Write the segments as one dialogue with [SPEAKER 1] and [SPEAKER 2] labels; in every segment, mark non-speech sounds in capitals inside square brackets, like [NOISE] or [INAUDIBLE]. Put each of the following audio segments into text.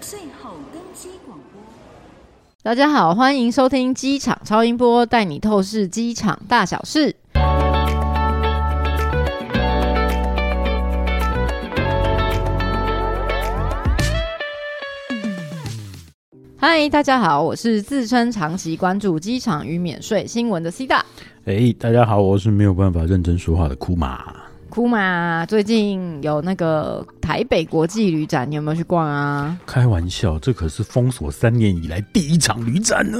[SPEAKER 1] 最后更新广播。
[SPEAKER 2] 大家好，欢迎收听机场超音波，带你透视机场大小事。嗨，大家好，我是自称长期关注机场与免税新闻的 C 大。
[SPEAKER 3] 哎、大家好，我是没有办法认真说话的库马。
[SPEAKER 2] 库玛最近有那个台北国际旅展，你有没有去逛啊？
[SPEAKER 3] 开玩笑，这可是封锁三年以来第一场旅展呢。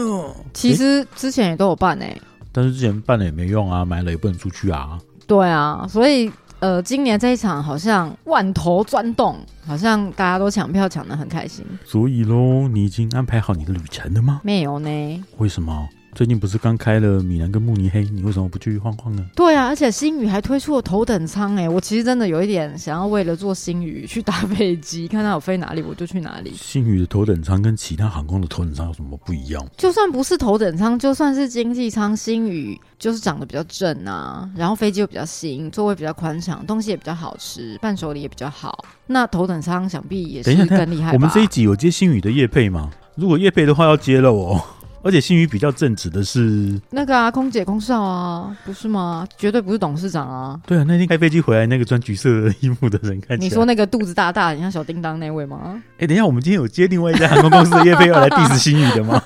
[SPEAKER 2] 其实之前也都有办诶、
[SPEAKER 3] 但是之前办了也没用啊，买了也不能出去啊。
[SPEAKER 2] 对啊，所以呃，今年这一场好像万头钻动，好像大家都抢票抢得很开心。
[SPEAKER 3] 所以喽，你已经安排好你的旅程了吗？
[SPEAKER 2] 没有呢，
[SPEAKER 3] 为什么？最近不是刚开了米兰跟慕尼黑，你为什么不去晃晃呢？
[SPEAKER 2] 对啊，而且星宇还推出了头等舱哎、我其实真的有一点想要为了坐星宇去搭飞机，看它有飞哪里我就去哪里。
[SPEAKER 3] 星宇的头等舱跟其他航空的头等舱有什么不一样？
[SPEAKER 2] [LAUGHS] 就算不是头等舱，就算是经济舱，星宇就是长得比较正啊，然后飞机又比较新，座位比较宽敞，东西也比较好吃，伴手礼也比较好。那头等舱想必也是
[SPEAKER 3] 等一下等一下
[SPEAKER 2] 更厉害吧？
[SPEAKER 3] 我们这一集有接星宇的业配吗？如果业配的话，要接了哦。而且星宇比较正直的是，
[SPEAKER 2] 那个啊，空姐空少啊，不是吗？绝对不是董事长啊！
[SPEAKER 3] 对啊，那天开飞机回来那个穿橘色衣服的人看起来，
[SPEAKER 2] 你说那个肚子大大的，很像小叮当那位吗？
[SPEAKER 3] 哎、等一下，我们今天有接另外一 [LAUGHS] 家航空公司的业配要来 diss 新宇的吗？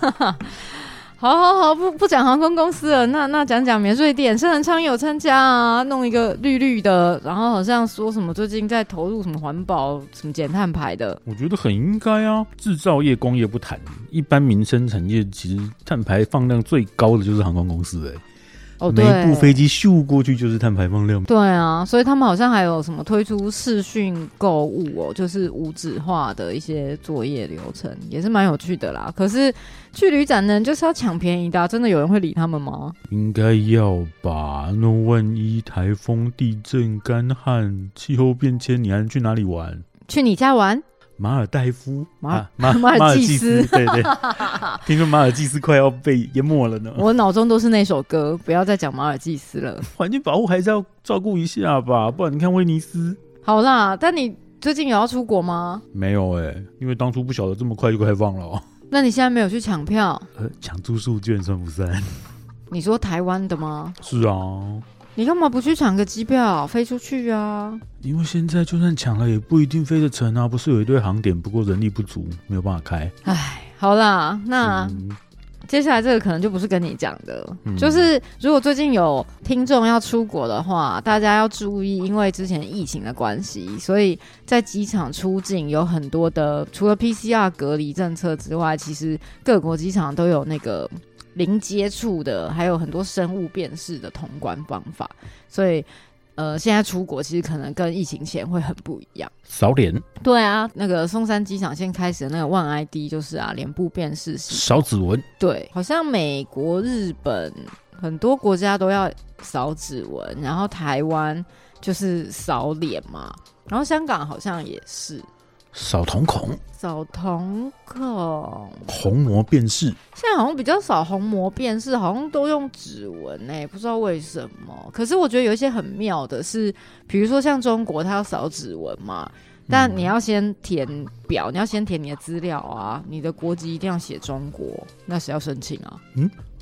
[SPEAKER 2] 好好好，不不讲航空公司了，那那讲讲免税店，盛恒昌有参加啊，弄一个绿绿的，然后好像说什么最近在投入什么环保、什么减碳排的，
[SPEAKER 3] 我觉得很应该啊。制造业、工业不谈，一般民生产业其实碳排放量最高的就是航空公司、欸，哎、
[SPEAKER 2] 哦，
[SPEAKER 3] 每一
[SPEAKER 2] 对
[SPEAKER 3] 部，飞机咻过去就是碳排放量。
[SPEAKER 2] 对啊，所以他们好像还有什么推出视讯购物哦，就是无纸化的一些作业流程，也是蛮有趣的啦。可是去旅展呢，就是要抢便宜的啊、真的有人会理他们吗？
[SPEAKER 3] 应该要吧？那万一台风、地震、干旱、气候变迁，你还能去哪里玩？
[SPEAKER 2] 去你家玩？
[SPEAKER 3] 马尔代夫、
[SPEAKER 2] 马
[SPEAKER 3] 啊马
[SPEAKER 2] [LAUGHS] 马尔
[SPEAKER 3] 马尔
[SPEAKER 2] 济
[SPEAKER 3] 济
[SPEAKER 2] 斯
[SPEAKER 3] 斯，对
[SPEAKER 2] [LAUGHS]
[SPEAKER 3] 对，听说马尔济斯快要被淹没了呢。
[SPEAKER 2] 我脑中都是那首歌，不要再讲马尔济斯了。
[SPEAKER 3] 环境保护还是要照顾一下吧，不然你看威尼斯。
[SPEAKER 2] 好啦，但你最近有要出国吗？
[SPEAKER 3] 没有哎、因为当初不晓得这么快就开放了、哦。
[SPEAKER 2] 那你现在没有去抢票？
[SPEAKER 3] [LAUGHS] 呃，抢住宿券算不算？
[SPEAKER 2] 你说台湾的吗？
[SPEAKER 3] 是啊，
[SPEAKER 2] 你干嘛不去抢个机票飞出去啊？
[SPEAKER 3] 因为现在就算抢了，也不一定飞得成啊。不是有一堆航点，不过人力不足，没有办法开。
[SPEAKER 2] 好啦，那、
[SPEAKER 3] 嗯
[SPEAKER 2] 接下来这个可能就不是跟你讲的，
[SPEAKER 3] 嗯
[SPEAKER 2] 就是如果最近有听众要出国的话，大家要注意，因为之前疫情的关系，所以在机场出境有很多的，除了 PCR 隔离政策之外，其实各国机场都有那个零接触的，还有很多生物辨识的通关方法，所以。呃，现在出国其实可能跟疫情前会很不一样。
[SPEAKER 3] 扫脸、
[SPEAKER 2] 对啊，那个松山机场现在开始的那个万 ID 就是啊，脸部辨识系
[SPEAKER 3] 扫指纹，
[SPEAKER 2] 对，好像美国、日本很多国家都要扫指纹，然后台湾就是扫脸嘛，然后香港好像也是
[SPEAKER 3] 扫瞳孔，
[SPEAKER 2] 扫瞳孔，
[SPEAKER 3] 虹膜辨识。
[SPEAKER 2] 现在好像比较少虹膜辨识，好像都用指纹呢、不知道为什么。可是我觉得有一些很妙的是，比如说像中国，它要扫指纹嘛。但你要先填表，你要先填你的资料啊，你的国籍一定要写中国，那谁要申请啊？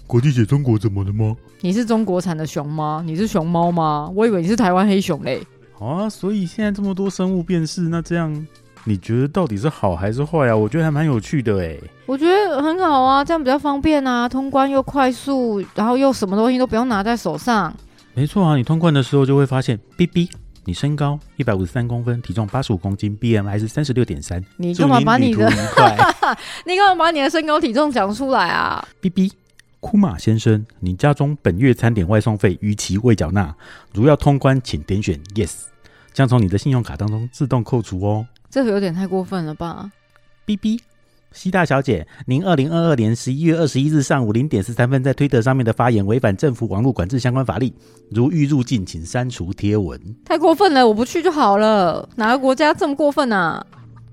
[SPEAKER 3] 国际写中国怎么了吗？
[SPEAKER 2] 你是中国产的熊吗？你是熊猫吗？我以为你是台湾黑熊嘞。
[SPEAKER 3] 好啊，所以现在这么多生物辨识，那这样你觉得到底是好还是坏啊？我觉得还蛮有趣的哎、
[SPEAKER 2] 我觉得很好啊，这样比较方便啊，通关又快速，然后又什么东西都不用拿在手上。
[SPEAKER 3] 没错啊，你通关的时候就会发现，哔哔，你身高一百五十三公分，体重八十五公斤，BMI 是三十六点三。
[SPEAKER 2] 你
[SPEAKER 3] 祝
[SPEAKER 2] 干嘛把
[SPEAKER 3] 旅
[SPEAKER 2] 你
[SPEAKER 3] 途
[SPEAKER 2] 的，
[SPEAKER 3] 愉快？
[SPEAKER 2] [LAUGHS]
[SPEAKER 3] [LAUGHS]
[SPEAKER 2] 你干嘛把你的身高体重讲出来啊？
[SPEAKER 3] 哔哔，库马先生，你家中本月餐点外送费逾期未缴纳，如要通关，请点选 yes，将从你的信用卡当中自动扣除哦。
[SPEAKER 2] 这个有点太过分了吧？
[SPEAKER 3] 哔哔。西大小姐，您二零二二年十一月二十一日上午零点十三分在推特上面的发言违反政府网络管制相关法令，如欲入境，请删除贴文。
[SPEAKER 2] 太过分了，我不去就好了。哪个国家这么过分啊？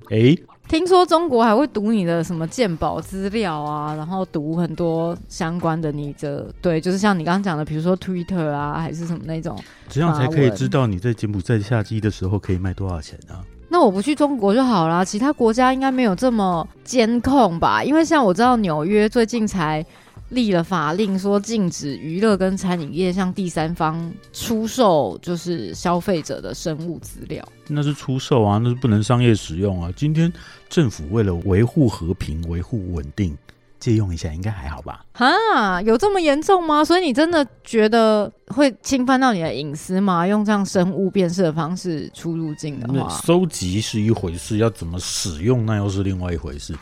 [SPEAKER 3] 诶、
[SPEAKER 2] 听说中国还会读你的什么鉴宝资料啊，然后读很多相关的你的，对，就是像你刚刚讲的，比如说 Twitter 啊，还是什么那种。
[SPEAKER 3] 这样才可
[SPEAKER 2] 发
[SPEAKER 3] 以
[SPEAKER 2] 文
[SPEAKER 3] 知道你在柬埔寨下机的时候可以卖多少钱啊！
[SPEAKER 2] 那我不去中国就好啦，其他国家应该没有这么监控吧？因为像我知道纽约最近才立了法令，说禁止娱乐跟餐饮业向第三方出售就是消费者的生物资料。
[SPEAKER 3] 那是出售啊，那是不能商业使用啊。今天政府为了维护和平、维护稳定，借用一下应该还好吧？
[SPEAKER 2] 哈，有这么严重吗？所以你真的觉得会侵犯到你的隐私吗？用这样生物辨识的方式出入境的
[SPEAKER 3] 那
[SPEAKER 2] 话，
[SPEAKER 3] 收集是一回事，要怎么使用那又是另外一回事。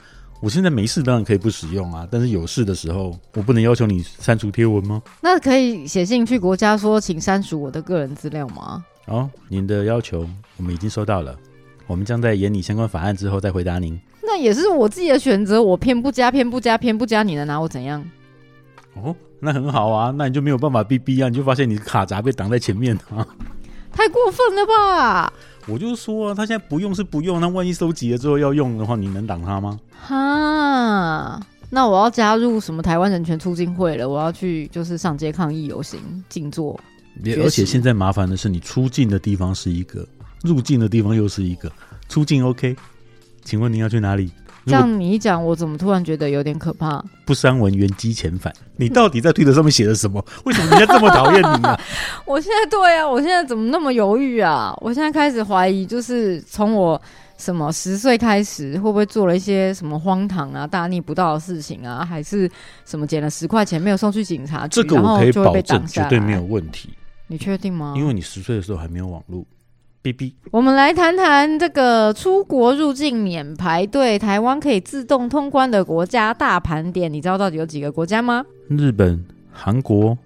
[SPEAKER 3] 我现在没事当然可以不使用啊，但是有事的时候，我不能要求你删除贴文吗？
[SPEAKER 2] 那可以写信去国家说，请删除我的个人资料吗？
[SPEAKER 3] 好，哦您的要求我们已经收到了，我们将在研拟相关法案之后再回答您。
[SPEAKER 2] 那也是我自己的选择，我偏不加，偏不加，偏不加，你能拿我怎样？
[SPEAKER 3] 哦，那很好啊，那你就没有办法逼逼啊，你就发现你卡闸被挡在前面啊。 [LAUGHS]
[SPEAKER 2] 太过分了吧！
[SPEAKER 3] 我就说啊，他现在不用是不用，那万一收集了之后要用的话，你能挡他吗？
[SPEAKER 2] 哈，那我要加入什么台湾人权促进会了？我要去就是上街抗议游行静坐。确实
[SPEAKER 3] 而且现在麻烦的是，你出境的地方是一个，入境的地方又是一个。出境 OK，请问您要去哪里？
[SPEAKER 2] 这
[SPEAKER 3] 如果
[SPEAKER 2] 样你一讲，我怎么突然觉得有点可怕？
[SPEAKER 3] 不删文原机遣返，你到底在推特上面写了什么？为什么人家这么讨厌
[SPEAKER 2] [LAUGHS]
[SPEAKER 3] 你啊？
[SPEAKER 2] 我现在对啊，我现在怎么那么犹豫啊？我现在开始怀疑，就是从我什么十岁开始，会不会做了一些什么荒唐啊、大逆不道的事情啊，还是什么捡了十块钱没有送去警察局，
[SPEAKER 3] 这个
[SPEAKER 2] 然
[SPEAKER 3] 我
[SPEAKER 2] 后
[SPEAKER 3] 可以
[SPEAKER 2] 就会
[SPEAKER 3] 保
[SPEAKER 2] 被
[SPEAKER 3] 证
[SPEAKER 2] 挡下
[SPEAKER 3] 绝
[SPEAKER 2] 来
[SPEAKER 3] 对没有。问题，
[SPEAKER 2] 你确定吗？
[SPEAKER 3] 因为你十岁的时候还没有网
[SPEAKER 2] 嗯
[SPEAKER 3] 络。哔哔，
[SPEAKER 2] 我们来谈谈这个出国入境免排队，台湾可以自动通关的国家大盘点。你知道到底有几个国家吗？
[SPEAKER 3] 日本、韩国、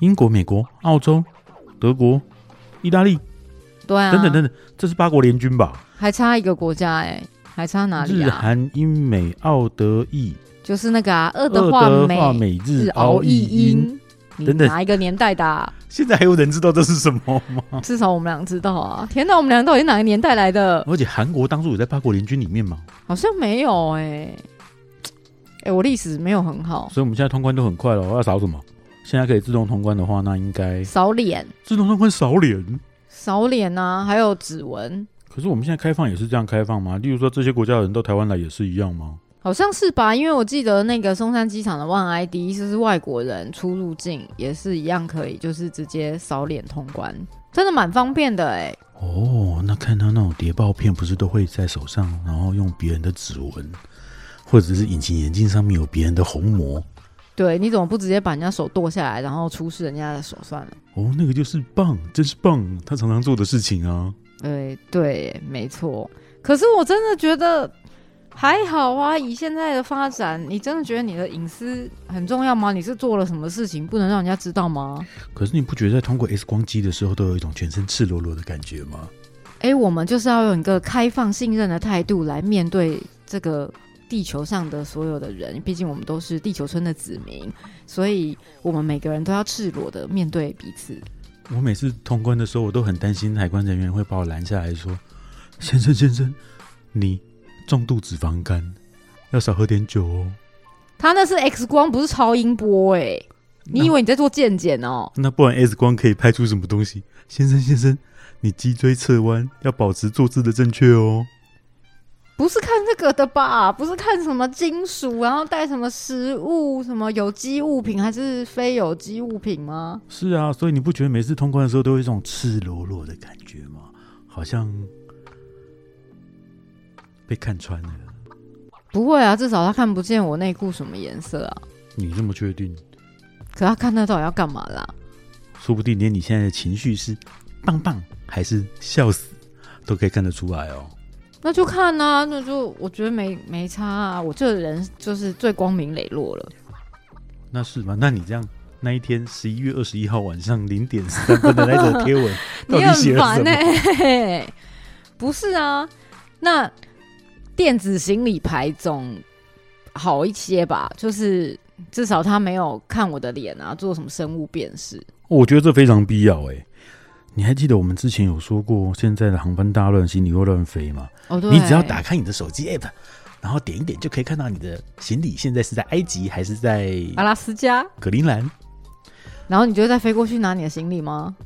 [SPEAKER 3] 英国、美国、澳洲、德国、意大利
[SPEAKER 2] 对啊，
[SPEAKER 3] 等等等等，这是八国联军吧？
[SPEAKER 2] 还差一个国家哎、还差哪里
[SPEAKER 3] 日
[SPEAKER 2] 啊？
[SPEAKER 3] 韩英美澳德意
[SPEAKER 2] 就是那个啊，恶
[SPEAKER 3] 俄
[SPEAKER 2] 的
[SPEAKER 3] 德
[SPEAKER 2] 美
[SPEAKER 3] 化美
[SPEAKER 2] 日
[SPEAKER 3] 日
[SPEAKER 2] 熬
[SPEAKER 3] 澳
[SPEAKER 2] 一
[SPEAKER 3] 意英，
[SPEAKER 2] 英。你
[SPEAKER 3] 等等
[SPEAKER 2] 哪一个年代的啊、
[SPEAKER 3] 现在还有人知道这是什么吗？
[SPEAKER 2] 至少我们俩知道啊！天哪，我们俩到底哪个年代来的？
[SPEAKER 3] 而且韩国当初有在八国联军里面嘛，
[SPEAKER 2] 好像没有哎、欸。哎、我历史没有很好，
[SPEAKER 3] 所以我们现在通关都很快了。要少什么？现在可以自动通关的话，那应该
[SPEAKER 2] 扫脸、
[SPEAKER 3] 自动通关少脸。
[SPEAKER 2] 扫脸啊，还有指纹，
[SPEAKER 3] 可是我们现在开放也是这样开放吗？例如说这些国家的人到台湾来也是一样吗？
[SPEAKER 2] 好像是吧？因为我记得那个松山机场的万 ID 就是外国人出入境也是一样可以，就是直接扫脸通关，真的蛮方便的哎、
[SPEAKER 3] 哦，那看到那种谍报片，不是都会在手上，然后用别人的指纹，或者是隐形眼镜上面有别人的虹膜。
[SPEAKER 2] 对，你怎么不直接把人家手剁下来，然后出示人家的手算了？
[SPEAKER 3] 哦，那个就是棒，真是棒，他常常做的事情啊。
[SPEAKER 2] 对哎对，没错。可是我真的觉得还好啊，以现在的发展，你真的觉得你的隐私很重要吗？你是做了什么事情不能让人家知道吗？
[SPEAKER 3] 可是你不觉得在通过 X 光机的时候，都有一种全身赤裸裸的感觉吗？
[SPEAKER 2] 诶，哎我们就是要用一个开放信任的态度来面对这个地球上的所有的人，毕竟我们都是地球村的子民，所以我们每个人都要赤裸的面对彼此。
[SPEAKER 3] 我每次通关的时候，我都很担心海关人员会把我拦下来说：“先生，先生，你重度脂肪肝，要少喝点酒哦。
[SPEAKER 2] 他那是 [LAUGHS] X 光，不是超音波诶，你以为你在做健检哦？
[SPEAKER 3] 那”那不然 X 光可以拍出什么东西？先生，先生，你脊椎侧弯，要保持坐姿的正确哦。
[SPEAKER 2] 不是看这个的吧？不是看什么金属，然后带什么食物、什么有机物品还是非有机物品吗？
[SPEAKER 3] 是啊，所以你不觉得每次通关的时候都有一种赤裸裸的感觉吗？好像被看穿了。
[SPEAKER 2] 不会啊，至少他看不见我内裤什么颜色啊。
[SPEAKER 3] 你这么确定？
[SPEAKER 2] 可他看那到底要干嘛啦？
[SPEAKER 3] 说不定连你现在的情绪是棒棒还是笑死，都可以看得出来哦。
[SPEAKER 2] 那就看啊，那就我觉得没没差啊。我这个人就是最光明磊落了。
[SPEAKER 3] 那是吗？那你这样那一天十一月二十一号晚上零点十三分的那则贴文，到
[SPEAKER 2] [LAUGHS] 你
[SPEAKER 3] 底写
[SPEAKER 2] 很烦
[SPEAKER 3] 了什么？
[SPEAKER 2] 欸不是啊，那电子行李牌总好一些吧，就是至少他没有看我的脸啊，做什么生物辨识。
[SPEAKER 3] 我觉得这非常必要哎。你还记得我们之前有说过，现在的航班大乱，行李会乱飞吗？
[SPEAKER 2] 哦，对，
[SPEAKER 3] 你只要打开你的手机 app，然后点一点就可以看到你的行李现在是在埃及还是在
[SPEAKER 2] 啊阿拉斯加，
[SPEAKER 3] 格陵兰。
[SPEAKER 2] 然后你就再飞过去拿你的行李吗？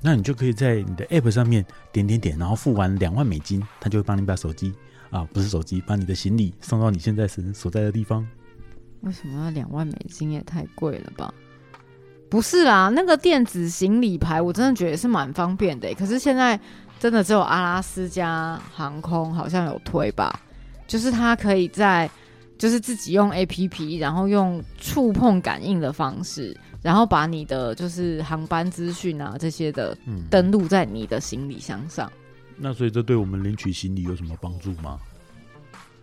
[SPEAKER 3] 那你就可以在你的 App 上面点点点，然后付完两万美金，他就会帮你把手机啊，不是手机，把你的行李送到你现在所所在的地方。
[SPEAKER 2] 为什么要两万美金？也太贵了吧？不是啦，那个电子行李牌我真的觉得是蛮方便的欸、可是现在真的只有阿拉斯加航空好像有推吧，就是它可以在就是自己用 A P P，然后用触碰感应的方式，然后把你的就是航班资讯啊这些的
[SPEAKER 3] 嗯，
[SPEAKER 2] 登录在你的行李箱上。
[SPEAKER 3] 那所以这对我们领取行李有什么帮助吗？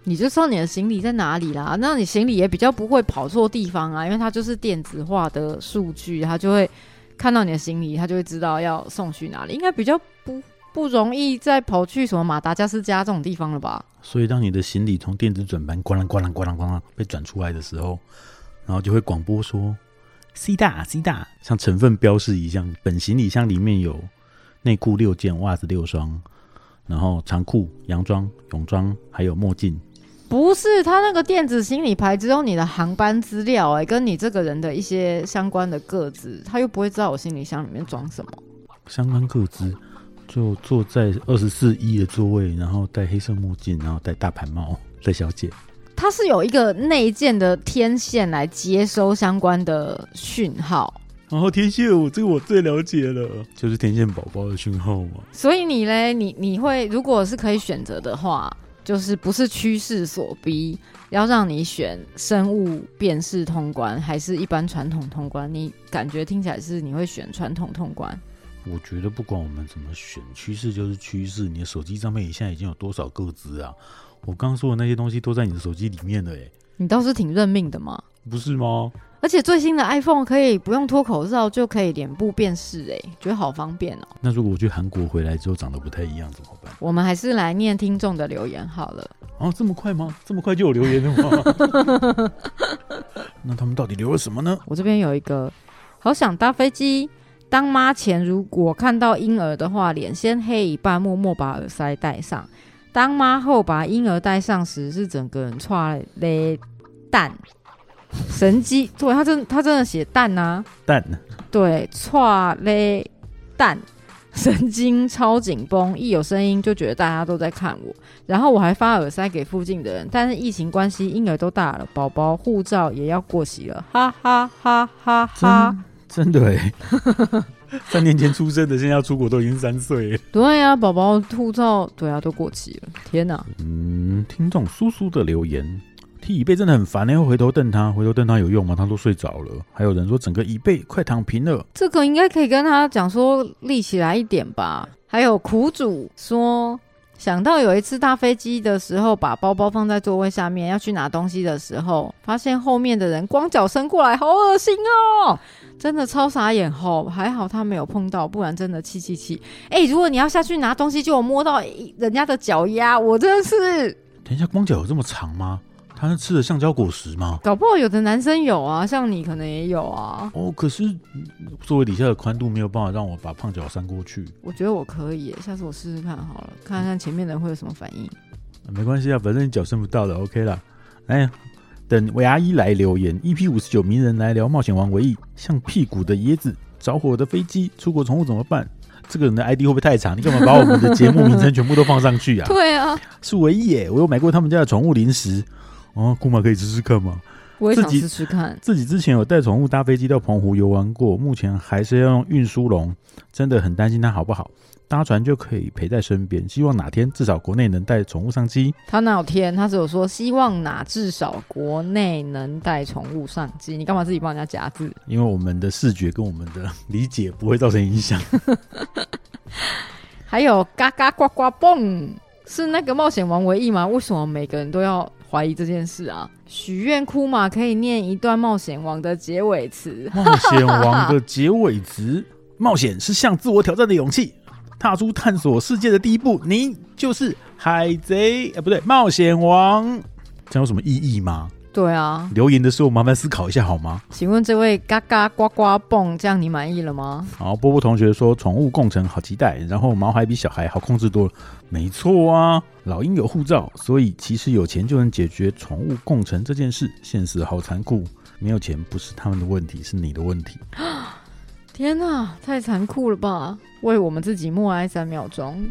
[SPEAKER 2] 你就知道你的行李在哪里啦，那你行李也比较不会跑错地方啊，因为它就是电子化的数据，它就会看到你的行李，它就会知道要送去哪里，应该比较不不容易再跑去什么马达加斯加这种地方了吧？
[SPEAKER 3] 所以当你的行李从电子转盘咣啷咣啷咣啷咣啷被转出来的时候，然后就会广播说 “C 大 C 大”，像成分标示一样，本行李箱里面有内裤六件、袜子六双，然后长裤、洋装、泳装，还有墨镜。
[SPEAKER 2] 不是，它那个电子行李牌只有你的航班资料、哎，跟你这个人的一些相关的个子，它又不会知道我行李箱里面装什么。
[SPEAKER 3] 相关个资，就坐在二十四一的座位，然后戴黑色墨镜，然后戴大盘帽的小姐。
[SPEAKER 2] 它是有一个内建的天线来接收相关的讯号，
[SPEAKER 3] 然后哦天线，我这个我最了解了，就是天线宝宝的讯号嘛。
[SPEAKER 2] 所以你嘞，你你会如果是可以选择的话，就是不是趋势所逼，要让你选生物辨识通关，还是一般传统通关？你感觉听起来是你会选传统通关，
[SPEAKER 3] 我觉得不管我们怎么选，趋势就是趋势。你的手机上面现在已经有多少个资啊？我刚说的那些东西都在你的手机里面了，哎，
[SPEAKER 2] 你倒是挺认命的嘛。
[SPEAKER 3] 不是吗？
[SPEAKER 2] 而且最新的 iPhone 可以不用脱口罩就可以脸部辨识、欸，哎，觉得好方便哦。
[SPEAKER 3] 那如果我去韩国回来之后长得不太一样怎么办？
[SPEAKER 2] 我们还是来念听众的留言好了。
[SPEAKER 3] 哦，这么快吗？这么快就有留言了吗？ [LAUGHS] 那他们到底留了什么呢？
[SPEAKER 2] 我这边有一个，好想搭飞机。当妈前，如果看到婴儿的话，脸先黑一半，默默把耳塞戴上；当妈后，把婴儿戴上时，是整个人踹嘞蛋神机。对他真他真的写蛋啊呐、
[SPEAKER 3] 蛋，
[SPEAKER 2] 对，踹嘞蛋，神经超紧绷，一有声音就觉得大家都在看我。然后我还发耳塞给附近的人，但是疫情关系，婴儿都大了，宝宝护照也要过期了，哈哈哈哈哈。
[SPEAKER 3] 真的哎，三年前出生的，现在要出国都已经三岁了。
[SPEAKER 2] 对呀、宝宝护照对啊都过期了，天哪！
[SPEAKER 3] 嗯，听众苏苏的留言，踢椅背真的很烦哎、回头瞪他，回头瞪他有用吗？他都睡着了。还有人说整个椅背快躺平了。
[SPEAKER 2] 这个应该可以跟他讲说立起来一点吧。还有苦主说，想到有一次搭飞机的时候，把包包放在座位下面，要去拿东西的时候，发现后面的人光脚伸过来，好恶心哦！真的超傻眼吼，还好他没有碰到，不然真的气气气！哎、如果你要下去拿东西，就有摸到人家的脚丫，我真的是
[SPEAKER 3] 等一下，光脚有这么长吗？他是吃了橡胶果实吗？
[SPEAKER 2] 搞不好有的男生有啊，像你可能也有啊。
[SPEAKER 3] 哦，可是嗯座位底下的宽度没有办法让我把胖脚伸过去、
[SPEAKER 2] 我觉得我可以耶，下次我试试看好了，看看前面的人会有什么反应。
[SPEAKER 3] 啊没关系啊，反正你脚伸不到的，OK 啦。哎，等维阿一来留言，EP 五十九名人来聊冒险王维义，像屁股的椰子，着火的飞机，出国宠物怎么办？这个人的 ID 会不会太长？你干嘛把我们的节目名称全部都放上去啊？
[SPEAKER 2] 对啊，
[SPEAKER 3] 是维义耶，我有买过他们家的宠物零食。哦，姑妈可以试试看吗？
[SPEAKER 2] 我也
[SPEAKER 3] 自
[SPEAKER 2] 想
[SPEAKER 3] 己
[SPEAKER 2] 试试看。
[SPEAKER 3] 自己之前有带宠物搭飞机到澎湖游玩过，目前还是要用运输笼，真的很担心它好不好。搭船就可以陪在身边，希望哪天至少国内能带宠物上机。
[SPEAKER 2] 他哪有天，他只有说希望哪至少国内能带宠物上机，你干嘛自己帮人家夹字？
[SPEAKER 3] 因为我们的视觉跟我们的理解不会造成影响。
[SPEAKER 2] 还有嘎嘎呱呱蹦，是那个冒险王唯一吗？为什么每个人都要怀疑这件事啊？许愿哭嘛，可以念一段冒险王的结尾词。
[SPEAKER 3] 冒险王的结尾词：冒险是向自我挑战的勇气，踏出探索世界的第一步。您就是海贼，呃，不对，冒险王。这样有什么意义吗？
[SPEAKER 2] 对啊，
[SPEAKER 3] 留言的时候麻烦思考一下好吗？
[SPEAKER 2] 请问这位嘎嘎呱呱蹦，这样你满意了吗？
[SPEAKER 3] 好，哦波波同学说宠物共乘好期待，然后毛孩比小孩好控制多了，没错啊。老鹰有护照，所以其实有钱就能解决宠物共乘这件事。现实好残酷，没有钱不是他们的问题，是你的问题。
[SPEAKER 2] 天哪，太残酷了吧！为我们自己默哀三秒钟。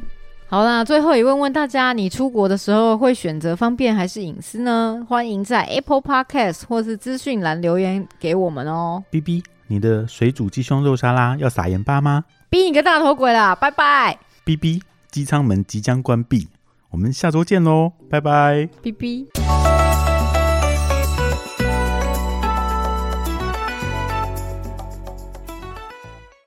[SPEAKER 2] 好啦，最后也问问大家，你出国的时候会选择方便还是隐私呢？欢迎在 Apple Podcast 或是资讯栏留言给我们哦。
[SPEAKER 3] B B，你的水煮鸡胸肉沙拉要撒盐巴吗
[SPEAKER 2] 逼你个大头鬼啦，拜拜，
[SPEAKER 3] ？B B，机舱门即将关闭，我们下周见喽，拜拜。
[SPEAKER 2] 哔哔。